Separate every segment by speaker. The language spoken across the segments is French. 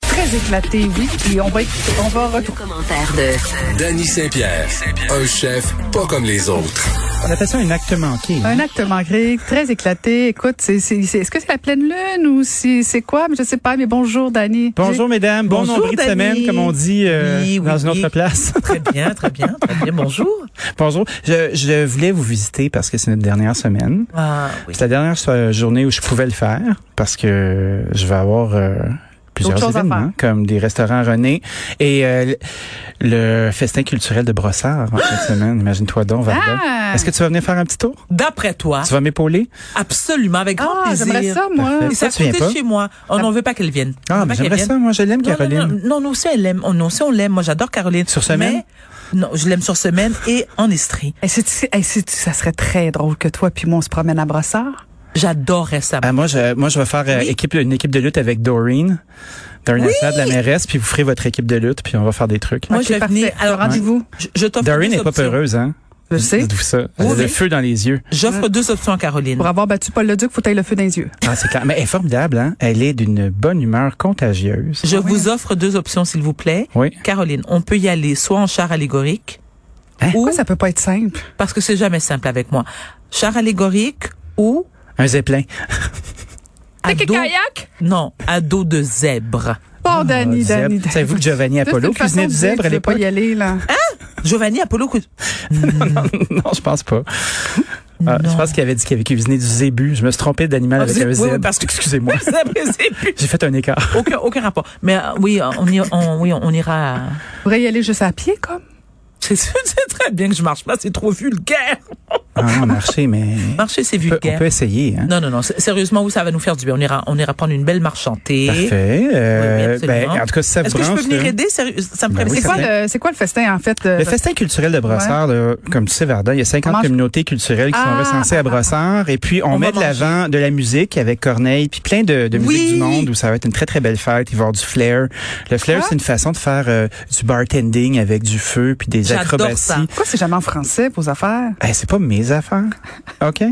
Speaker 1: très éclaté, oui. Et on va, on va
Speaker 2: Le commentaire de
Speaker 3: Danny Saint-Pierre, un chef pas comme les autres.
Speaker 4: On appelle ça un acte manqué.
Speaker 1: Un acte manqué, très éclaté. Écoute, c'est, c'est, c'est- est-ce que c'est la pleine lune ou si, c'est quoi? Mais je sais pas, mais bonjour, Dani.
Speaker 4: Bonjour, mesdames. Bon
Speaker 5: Bonjour,
Speaker 4: nombril de
Speaker 5: Dani.
Speaker 4: semaine, comme on dit euh,
Speaker 5: Oui, oui,
Speaker 4: dans une autre
Speaker 5: oui.
Speaker 4: place.
Speaker 5: Très bien, très bien, très bien. Bonjour.
Speaker 4: Bonjour. Je, je voulais vous visiter parce que c'est notre dernière semaine.
Speaker 5: Ah, oui.
Speaker 4: C'est la dernière so- journée où je pouvais le faire parce que je vais avoir euh, plusieurs
Speaker 1: D'autres choses à
Speaker 4: événements, comme des restaurants René et euh, le le festin culturel de Brossard en fin de semaine. Imagine-toi donc, Varda.
Speaker 1: Ah!
Speaker 4: Est-ce que tu vas venir faire un petit tour?
Speaker 5: D'après toi,
Speaker 4: Tu vas m'épauler?
Speaker 5: absolument, avec grand
Speaker 1: Ah,
Speaker 5: plaisir.
Speaker 1: j'aimerais ça, moi.
Speaker 4: Parfait.
Speaker 5: Et ça
Speaker 4: Pourquoi tu viens pas?
Speaker 5: chez moi. Oh, On n'en veut pas qu'elle vienne. On
Speaker 4: Ah,
Speaker 5: veut
Speaker 4: mais
Speaker 5: pas qu'elle
Speaker 4: j'aimerais
Speaker 5: vienne.
Speaker 4: ça. Moi, je l'aime,
Speaker 5: Non,
Speaker 4: Caroline.
Speaker 5: Non, non, non, nous aussi, elle l'aime. On- Nous aussi, on l'aime. Moi, j'adore Caroline.
Speaker 4: Sur semaine?
Speaker 5: Mais, non, je l'aime sur semaine et en estrie.
Speaker 1: Hey, c'est- hey, c'est- ça serait très drôle que toi puis moi on se promène à Brossard.
Speaker 5: J'adorerais ça.
Speaker 4: Ah, moi, je, moi, je vais faire euh,
Speaker 5: Oui.
Speaker 4: équipe, une équipe de lutte avec Doreen, Doreen Atlas, de la mairesse, puis vous ferez votre équipe de lutte, puis on va faire des trucs.
Speaker 5: Moi,
Speaker 1: Ok,
Speaker 5: je vais
Speaker 1: parfait.
Speaker 5: venir. Alors,
Speaker 1: Le rendez-vous.
Speaker 5: Je, je t'offre
Speaker 4: Doreen
Speaker 5: deux
Speaker 4: n'est pas
Speaker 5: options.
Speaker 4: peureuse, hein?
Speaker 1: Je sais.
Speaker 4: Dites-vous ça. Elle a
Speaker 5: Oui.
Speaker 4: le feu dans les yeux.
Speaker 5: J'offre deux options à Caroline.
Speaker 1: Pour avoir battu Paul Leduc, faut que t'aies le feu dans les yeux.
Speaker 4: Ah, c'est clair. Mais elle est formidable, hein? Elle est d'une bonne humeur contagieuse.
Speaker 5: Je vous offre deux options, s'il vous plaît.
Speaker 4: Oui.
Speaker 5: Caroline, on peut y aller soit en char allégorique, ou
Speaker 1: Pourquoi ça peut pas être simple?
Speaker 5: parce que c'est jamais simple avec moi. Char allégorique ou
Speaker 4: Un zeppelin.
Speaker 5: à dos,
Speaker 1: kayak?
Speaker 5: non, à dos de zèbre.
Speaker 1: Bon,
Speaker 5: Ah,
Speaker 1: Dani,
Speaker 4: Zèbre.
Speaker 1: Dani. Dani.
Speaker 4: Ah, Savez-vous que Giovanni
Speaker 1: Toi, c'est
Speaker 4: Apollo
Speaker 1: une façon
Speaker 4: cuisinait
Speaker 1: de
Speaker 4: du
Speaker 1: dire que
Speaker 4: zèbre à
Speaker 1: tu veux pas
Speaker 4: l'époque?
Speaker 1: y
Speaker 4: Hein?
Speaker 1: aller, là.
Speaker 5: Giovanni Apollo. Cou-
Speaker 4: non, je pense pas. Ah, je
Speaker 5: Non.
Speaker 4: pense qu'il avait dit qu'il avait cuisiné du zébu. Je me suis trompé d'animal
Speaker 5: Ah,
Speaker 4: avec
Speaker 5: zé-
Speaker 4: un
Speaker 5: oui,
Speaker 4: zèbre.
Speaker 5: oui, parce que-
Speaker 4: Excusez-moi.
Speaker 5: Ça me sait plus.
Speaker 4: J'ai fait un écart.
Speaker 5: aucun, aucun rapport. Mais euh, oui, on, y- on- oui, on ira. à-
Speaker 1: Tu pourrais y aller juste à pied, comme?
Speaker 5: C'est c'est très bien que je marche pas, c'est trop vulgaire.
Speaker 4: Ah, marché, mais.
Speaker 5: Marcher, c'est
Speaker 4: On peut, on
Speaker 5: vulgaire.
Speaker 4: peut essayer, hein?
Speaker 5: Non, non, non. s- Sérieusement, où ça va nous faire du bien? On ira, on ira prendre une belle marche chantée.
Speaker 4: Parfait.
Speaker 5: Oui, oui,
Speaker 4: Euh, ben,
Speaker 5: absolument.
Speaker 4: en tout cas, si ça vous
Speaker 5: Est-ce que je peux
Speaker 4: branche,
Speaker 5: venir
Speaker 4: là-
Speaker 5: aider? Sérieux- Ça me ferait
Speaker 4: Ben oui,
Speaker 1: C'est
Speaker 5: plaisir.
Speaker 1: quoi,
Speaker 4: c'est
Speaker 1: le- c'est quoi le festin, en fait? euh,
Speaker 4: Le festin culturel de Brossard, là, comme tu sais, Varda, il y a 50
Speaker 1: On mange-
Speaker 4: communautés culturelles qui
Speaker 1: Ah,
Speaker 4: sont recensées à Brossard. Et puis, on,
Speaker 5: On
Speaker 4: met
Speaker 5: va
Speaker 4: de l'avant de la musique avec Corneille, puis plein de, de
Speaker 5: Oui.
Speaker 4: musique du monde où ça va être une très, très belle fête. Il va y avoir du flair. Le flair,
Speaker 1: Ah.
Speaker 4: c'est une façon de faire euh, du bartending avec du feu puis des
Speaker 5: J'adore
Speaker 4: acrobaties.
Speaker 5: ça.
Speaker 1: Pourquoi c'est jamais en français, vos affaires?
Speaker 4: Eh, c'est pas mes affaires. OK?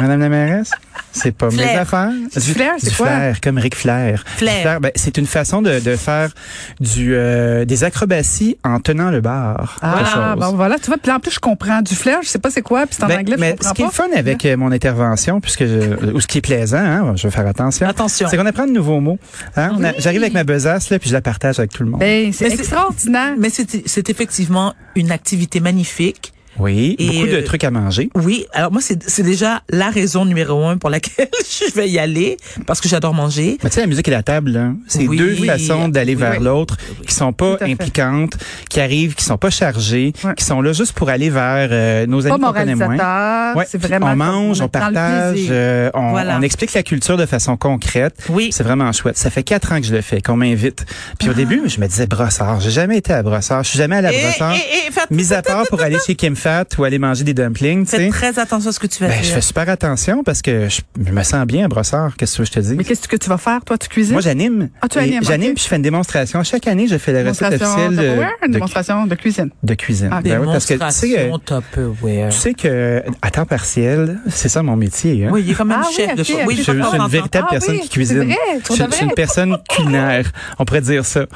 Speaker 4: Madame la mairesse? C'est pas mes
Speaker 5: Flair.
Speaker 4: affaires.
Speaker 1: Du flair, c'est
Speaker 4: du
Speaker 1: quoi?
Speaker 4: flair, comme Ric Flair.
Speaker 5: Flair.
Speaker 4: Du ben, c'est une façon de, de faire du euh, des acrobaties en tenant le bar. quelque
Speaker 1: Ah,
Speaker 4: chose.
Speaker 1: bon, voilà, tu vois. Puis en plus, je comprends du flair, je sais pas c'est quoi, puis c'est en
Speaker 4: Ben,
Speaker 1: anglais,
Speaker 4: mais
Speaker 1: je comprends
Speaker 4: ce qui est
Speaker 1: pas.
Speaker 4: le fun avec euh, mon intervention, puisque je- euh, ou ce qui est plaisant, hein, je vais faire attention.
Speaker 5: Attention.
Speaker 4: C'est qu'on apprend de nouveaux mots. hein. On a-
Speaker 5: Oui.
Speaker 4: J'arrive avec ma besace là, puis je la partage avec tout le monde.
Speaker 1: Ben, c'est
Speaker 5: Mais c'est-
Speaker 1: extraordinaire.
Speaker 5: Mais c'est c'est effectivement une activité magnifique.
Speaker 4: oui,
Speaker 5: et,
Speaker 4: beaucoup de
Speaker 5: euh,
Speaker 4: trucs à manger.
Speaker 5: Oui, alors moi, c'est c'est déjà la raison numéro un pour laquelle je vais y aller, parce que j'adore manger.
Speaker 4: Mais tu sais, la musique et la table, là, c'est
Speaker 5: Oui.
Speaker 4: deux
Speaker 5: Oui.
Speaker 4: façons d'aller
Speaker 5: Oui.
Speaker 4: vers
Speaker 5: Oui.
Speaker 4: l'autre qui sont pas
Speaker 1: Tout à fait.
Speaker 4: impliquantes, qui arrivent, qui sont pas chargées,
Speaker 1: Ouais.
Speaker 4: qui sont là juste pour aller vers euh, nos
Speaker 1: Pas
Speaker 4: amis qu'on connaît moins.
Speaker 1: moralisateur.
Speaker 4: Ouais,
Speaker 1: C'est
Speaker 4: puis
Speaker 1: vraiment.
Speaker 4: on mange,
Speaker 1: est
Speaker 4: on
Speaker 1: dans le
Speaker 4: partage,
Speaker 1: plaisir.
Speaker 4: euh, on,
Speaker 5: Voilà.
Speaker 4: on explique la culture de façon concrète.
Speaker 5: Oui.
Speaker 4: C'est vraiment chouette. Ça fait quatre ans que je le fais, qu'on m'invite. Puis
Speaker 1: Ah.
Speaker 4: au début, je me disais brossard. J'ai jamais été à brossard. Je suis jamais allé à
Speaker 1: Eh,
Speaker 5: Et-
Speaker 4: brossard.
Speaker 5: et- et faites-
Speaker 4: hein. Mis à part pour aller chez Kim Fat ou aller manger des dumplings, tu sais.
Speaker 5: Faites très attention à ce que tu vas
Speaker 4: Ben, je
Speaker 5: dire.
Speaker 4: fais super attention parce que je, je me sens bien à brossard. Qu'est-ce que je te dis?
Speaker 1: Mais qu'est-ce que tu vas faire, toi? Tu cuisines?
Speaker 4: Moi, j'anime.
Speaker 1: Ah, tu
Speaker 4: Et
Speaker 1: animes,
Speaker 4: J'anime
Speaker 1: ok.
Speaker 4: puis je fais une démonstration. Chaque année, je fais la recette
Speaker 1: Démonstration
Speaker 4: officielle
Speaker 1: Tupperware,
Speaker 4: de,
Speaker 1: une
Speaker 4: de,
Speaker 1: démonstration Ah, de cuisine.
Speaker 4: de cuisine. Ben oui, parce que tu sais, euh,
Speaker 5: Démonstration Tupperware.
Speaker 4: tu sais que à temps partiel, c'est ça mon métier. Hein?
Speaker 5: Oui, il est quand même
Speaker 1: Ah oui,
Speaker 5: chef de
Speaker 1: ok,
Speaker 5: choses.
Speaker 1: ok.
Speaker 5: Oui,
Speaker 4: Je,
Speaker 5: de
Speaker 4: je suis
Speaker 5: temps en
Speaker 4: une
Speaker 5: temps.
Speaker 4: véritable
Speaker 1: Ah
Speaker 4: personne
Speaker 1: oui,
Speaker 4: qui cuisine.
Speaker 1: c'est vrai,
Speaker 4: je,
Speaker 1: pour de
Speaker 4: je suis une
Speaker 1: vrai.
Speaker 4: personne culinaire. On pourrait dire ça.
Speaker 1: Et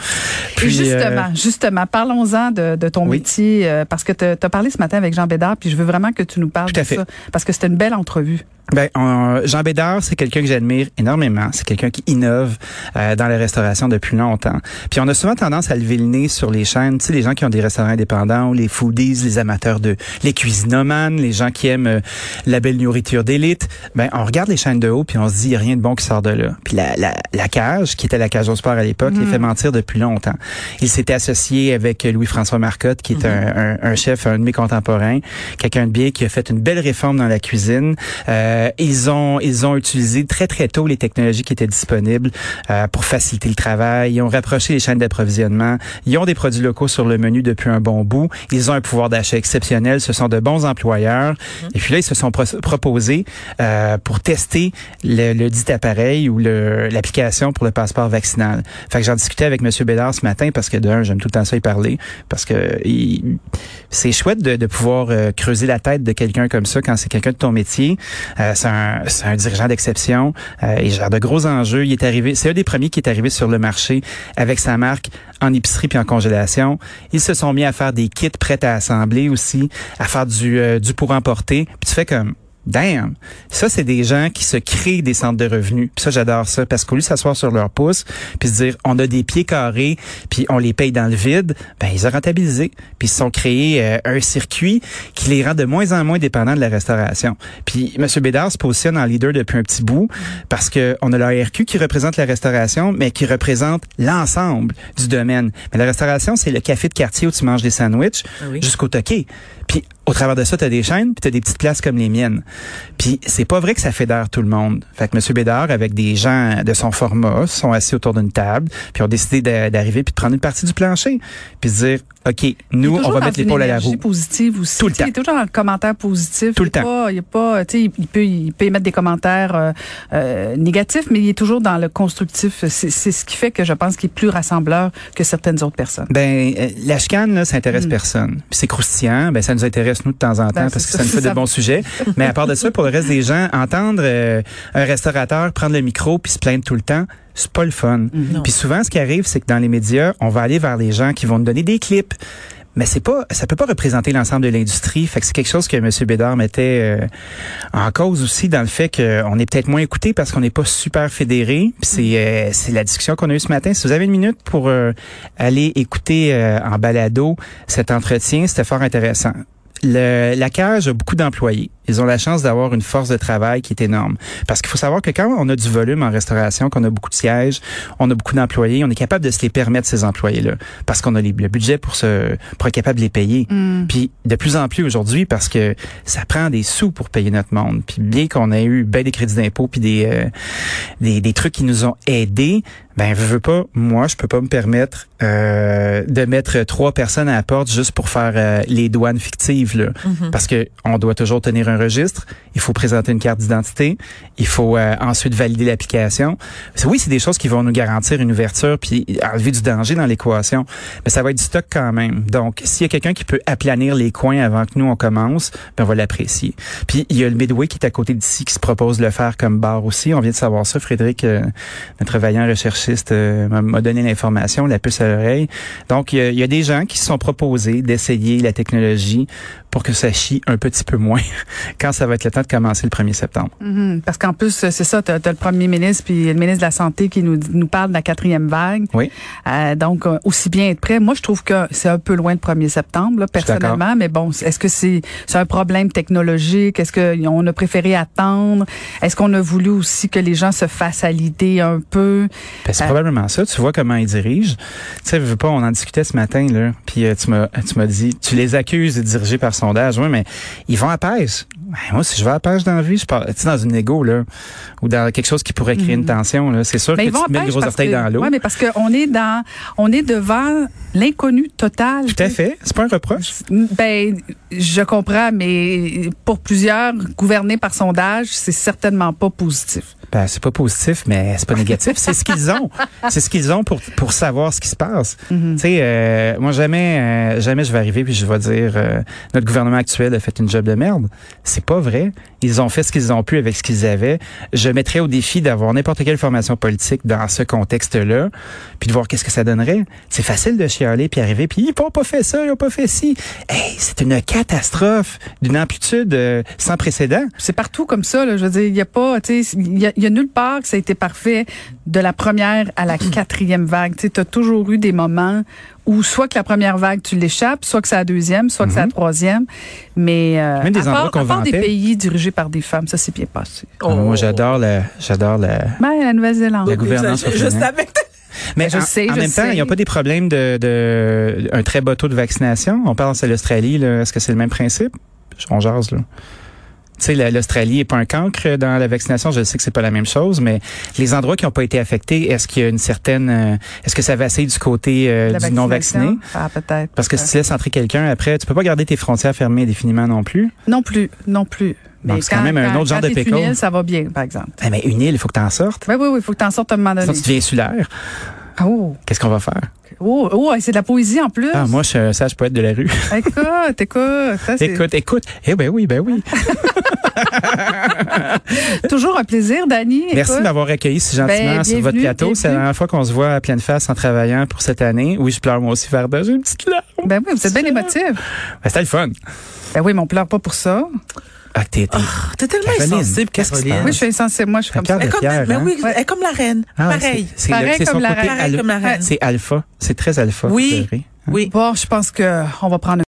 Speaker 4: Puis,
Speaker 1: justement,
Speaker 4: euh,
Speaker 1: justement, parlons-en de, de ton
Speaker 4: oui.
Speaker 1: métier, euh, parce que tu as parlé ce matin avec Jean Bédard, puis je veux vraiment que tu nous parles
Speaker 4: Tout à
Speaker 1: de
Speaker 4: fait.
Speaker 1: ça, parce que c'était une belle entrevue.
Speaker 4: ben, on- Jean Bédard, c'est quelqu'un que j'admire énormément. C'est quelqu'un qui innove euh, dans la restauration depuis longtemps. Puis on a souvent tendance à lever le nez sur les chaînes, tu sais, les gens qui ont des restaurants indépendants, ou les foodies, les amateurs de, les cuisinomanes, les gens qui aiment euh, la belle nourriture d'élite. Ben, on regarde les chaînes de haut, puis on se dit, y a rien de bon qui sort de là. Puis la, la, la cage, qui était la cage au sport à l'époque, les fait mentir depuis longtemps. Il s'était associé avec Louis-François Marcotte, qui est un, un- un chef, un de mes contemporains, quelqu'un de bien qui a fait une belle réforme dans la cuisine. Euh, ils ont ils ont utilisé très très tôt les technologies qui étaient disponibles euh, pour faciliter le travail. Ils ont rapproché les chaînes d'approvisionnement. Ils ont des produits locaux sur le menu depuis un bon bout. Ils ont un pouvoir d'achat exceptionnel. Ce sont de bons employeurs. Et puis là, ils se sont pro- proposés euh, pour tester le, le dit appareil ou le- l'application pour le passeport vaccinal. Fait que j'en discutais avec Monsieur Bédard ce matin parce que d'un, j'aime tout le temps ça y parler parce que il- c'est chouette de, de pouvoir euh, creuser la tête de quelqu'un comme ça quand c'est quelqu'un de ton métier. Euh, Euh, c'est un, c'est un dirigeant d'exception. Euh, il gère de gros enjeux. Il est arrivé, c'est un des premiers qui est arrivé sur le marché avec sa marque en épicerie puis en congélation. Ils se sont mis à faire des kits prêts à assembler aussi, à faire du, euh, du pour emporter. Puis tu fais comme Damn! Ça, c'est des gens qui se créent des centres de revenus. Puis ça, j'adore ça. Parce qu'au lieu de s'asseoir sur leur pouce, puis se dire, on a des pieds carrés, puis on les paye dans le vide, ben ils ont rentabilisé. Puis ils se sont créés euh, un circuit qui les rend de moins en moins dépendants de la restauration. Puis M. Bédard se positionne en leader depuis un petit bout, parce que on a l'ARQ qui représente la restauration, mais qui représente l'ensemble du domaine. Mais la restauration, c'est le café de quartier où tu manges des sandwichs
Speaker 5: Ah oui.
Speaker 4: jusqu'au toqué. Puis au travers de ça, tu as des chaînes, puis tu as des petites places comme les miennes. Puis c'est pas vrai que ça fédère tout le monde. Fait que M. Bédard, avec des gens de son format, sont assis autour d'une table, puis ont décidé d'a- d'arriver, puis de prendre une partie du plancher, puis de dire, OK, nous, on va mettre l'épaule à la roue.
Speaker 1: positive aussi.
Speaker 4: Tout le
Speaker 1: Tu sais,
Speaker 4: temps.
Speaker 1: Il est toujours dans le commentaire positif.
Speaker 4: Tout le
Speaker 1: Il est
Speaker 4: temps.
Speaker 1: pas- il est pas, tu sais, il il peut, il peut émettre des commentaires euh, euh, négatifs, mais il est toujours dans le constructif. C'est c'est ce qui fait que je pense qu'il est plus rassembleur que certaines autres personnes.
Speaker 4: Ben, euh, la chicane, là, ça intéresse personne. Puis c'est croustillant, ben ça nous intéresse, nous, de temps en temps,
Speaker 1: Hmm. Ben,
Speaker 4: parce
Speaker 1: c'est
Speaker 4: que
Speaker 1: ça,
Speaker 4: ça nous fait
Speaker 1: ça-
Speaker 4: de bons sujets. Mais à part de ça, pour le reste des gens, entendre euh, un restaurateur prendre le micro puis se plaindre tout le temps, c'est pas le fun.
Speaker 5: Non.
Speaker 4: Puis souvent, ce qui arrive, c'est que dans les médias, on va aller vers les gens qui vont nous donner des clips. Mais c'est pas, ça peut pas représenter l'ensemble de l'industrie. Fait que c'est quelque chose que M. Bédard mettait euh, en cause aussi dans le fait qu'on est peut-être moins écouté parce qu'on n'est pas super fédéré. Puis c'est, euh, c'est la discussion qu'on a eue ce matin. Si vous avez une minute pour euh, aller écouter euh, en balado cet entretien, c'était fort intéressant. Le- la cage a beaucoup d'employés. Ils ont la chance d'avoir une force de travail qui est énorme. Parce qu'il faut savoir que quand on a du volume en restauration, qu'on a beaucoup de sièges, on a beaucoup d'employés, on est capable de se les permettre, ces employés-là. Parce qu'on a les- le budget pour, se, pour être capable de les payer.
Speaker 1: Mm.
Speaker 4: Puis de plus en plus aujourd'hui, parce que ça prend des sous pour payer notre monde. Puis bien qu'on ait eu ben des crédits d'impôt puis des, euh, des, des trucs qui nous ont aidés, ben je veux pas, moi, je peux pas me permettre euh, de mettre trois personnes à la porte juste pour faire euh, les douanes fictives. Là.
Speaker 5: Mhm. Mm-hmm.
Speaker 4: Parce que on doit toujours tenir un registre, il faut présenter une carte d'identité, il faut euh, ensuite valider l'application. C'est- Oui, c'est des choses qui vont nous garantir une ouverture puis enlever du danger dans l'équation, mais ça va être du stock quand même. Donc, s'il y a quelqu'un qui peut aplanir les coins avant que nous on commence, ben on va l'apprécier. Puis il y a le Midway qui est à côté d'ici qui se propose de le faire comme bar aussi. On vient de savoir ça, Frédéric, euh, notre vaillant recherchiste euh, m'a- m'a donné l'information, la puce à l'oreille. Donc, il y, a- il y a des gens qui se sont proposés d'essayer la technologie pour que ça chie un petit peu moins quand ça va être le temps de commencer le 1er septembre.
Speaker 1: Mhm. Parce qu'en plus, c'est ça, tu as, le premier ministre puis le ministre de la Santé qui nous, nous parle de la quatrième vague.
Speaker 4: Oui.
Speaker 1: Euh, donc, euh, aussi bien être prêt. Moi, je trouve que c'est un peu loin le 1er septembre, là,
Speaker 4: Je suis d'accord.
Speaker 1: personnellement, mais bon, est-ce que c'est c'est un problème technologique? Est-ce qu'on a préféré attendre? Est-ce qu'on a voulu aussi que les gens se fassent à l'idée un peu?
Speaker 4: Ben, c'est
Speaker 1: Euh,
Speaker 4: probablement ça. Tu vois comment ils dirigent. Tu sais, je veux pas, on en discutait ce matin, là. Puis euh, tu m'as, tu m'as dit, tu les accuses de diriger par sondage. Oui, mais ils vont à pêche. Ben, moi, si je vais à pêche dans la vie, je pars, tu sais, dans une égo, là, ou dans quelque chose qui pourrait créer une tension, là. C'est sûr
Speaker 1: Mais Ben,
Speaker 4: que
Speaker 1: ils vont
Speaker 4: tu te mets le gros orteil dans l'eau.
Speaker 1: Oui, mais parce qu'on est dans, on est devant l'inconnu total.
Speaker 4: Tout à fait. C'est pas un reproche.
Speaker 1: Ben, je comprends, mais pour plusieurs, gouverner par sondage, c'est certainement pas positif.
Speaker 4: Ben, c'est pas positif, mais c'est pas négatif. c'est ce qu'ils ont. C'est ce qu'ils ont pour, pour savoir ce qui se passe. Tu sais, euh, moi, jamais, euh, jamais je vais arriver puis je vais dire euh, notre gouvernement actuel a fait une job de merde. C'est pas vrai. Ils ont fait ce qu'ils ont pu avec ce qu'ils avaient. Je mettrais au défi d'avoir n'importe quelle formation politique dans ce contexte-là puis de voir qu'est-ce que ça donnerait. C'est facile de chialer puis arriver puis ils n'ont pas fait ça, ils n'ont pas fait ci. Hey, c'est une catastrophe d'une amplitude euh, sans précédent.
Speaker 1: C'est partout comme ça, là. Je veux dire, il y a pas, tu sais, il y, a- il y a nulle part que ça a été parfait de la première à la quatrième vague. Tu sais, t'as toujours eu des moments où soit que la première vague, tu l'échappes, soit que c'est la deuxième, soit que c'est la troisième. Mais, euh,
Speaker 4: Mhm. Même des
Speaker 1: à part,
Speaker 4: endroits qu'on
Speaker 1: à part des
Speaker 4: vantait.
Speaker 1: pays dirigés par des femmes, ça s'est bien passé.
Speaker 5: Oh.
Speaker 4: Moi, j'adore le, j'adore le,
Speaker 1: Mais la Nouvelle-Zélande.
Speaker 4: La gouvernance
Speaker 5: Je, je
Speaker 4: autonome.
Speaker 5: savais.
Speaker 4: Mais
Speaker 1: Je
Speaker 4: en,
Speaker 1: sais,
Speaker 4: en
Speaker 1: je
Speaker 4: même temps,
Speaker 1: sais.
Speaker 4: ils n'ont pas des problèmes de, de un très bas taux de vaccination. On parle de l'Australie, là. est-ce que c'est le même principe? On jase, là. Tu sais, la- l'Australie est pas un cancre dans la vaccination. Je sais que c'est pas la même chose, mais les endroits qui n'ont pas été affectés, est-ce qu'il y a une certaine, euh, est-ce que ça vacille du côté euh,
Speaker 1: La
Speaker 4: du non vacciné?
Speaker 1: vaccination? Ah, peut-être.
Speaker 4: Parce que si tu laisses entrer quelqu'un après, tu peux pas garder tes frontières fermées indéfiniment non plus.
Speaker 1: Non plus, non plus.
Speaker 4: Donc, c'est quand même un autre genre
Speaker 1: quand
Speaker 4: de
Speaker 1: t'es une
Speaker 4: pickle.
Speaker 1: île, ça va bien, par exemple.
Speaker 4: Eh, mais une île, il faut que tu en sortes.
Speaker 1: Oui, oui, oui, il faut que tu en sortes à un moment donné.
Speaker 4: Sinon, tu deviens insulaire.
Speaker 1: Oh,
Speaker 4: Qu'est-ce qu'on va faire?
Speaker 1: Oh, oh, c'est de la poésie en plus.
Speaker 4: Ah, moi, je suis un sage poète de la rue.
Speaker 1: Écoute, écoute. Ça, c'est
Speaker 4: écoute, écoute. Eh ben oui, ben oui.
Speaker 1: toujours un plaisir, Dani.
Speaker 4: Merci de
Speaker 1: Écoute,
Speaker 4: m'avoir accueilli si gentiment
Speaker 1: Ben,
Speaker 4: sur votre
Speaker 1: bienvenue,
Speaker 4: plateau. C'est la
Speaker 1: bienvenue.
Speaker 4: dernière fois qu'on se voit à pleine face en travaillant pour cette année. Oui, je pleure moi aussi, Varda. J'ai une petite larme.
Speaker 1: Ben oui, vous êtes bien émotive.
Speaker 4: Ben, c'était le fun.
Speaker 1: Ben oui, mais on pleure pas pour ça.
Speaker 4: Ah, t'es... t'es-
Speaker 5: T'es tellement
Speaker 4: Caroline,
Speaker 5: insensible,
Speaker 4: qu'est-ce qui se
Speaker 5: Caroline.
Speaker 1: Oui, je suis insensible. Moi, je suis
Speaker 4: Fait
Speaker 1: comme ça.
Speaker 4: qu'elle-
Speaker 5: Elle est comme,
Speaker 4: Fière,
Speaker 5: ben
Speaker 4: hein?
Speaker 5: oui, elle est comme la reine.
Speaker 4: Ah,
Speaker 5: Pareil.
Speaker 4: C'est, c'est,
Speaker 1: Pareil
Speaker 4: le- c'est son
Speaker 1: comme la
Speaker 4: côté
Speaker 1: reine,
Speaker 4: alpha.
Speaker 5: comme la reine.
Speaker 4: C'est alpha. C'est très alpha.
Speaker 5: Oui.
Speaker 4: pleurer.
Speaker 5: Oui.
Speaker 1: Bon, je pense que on va prendre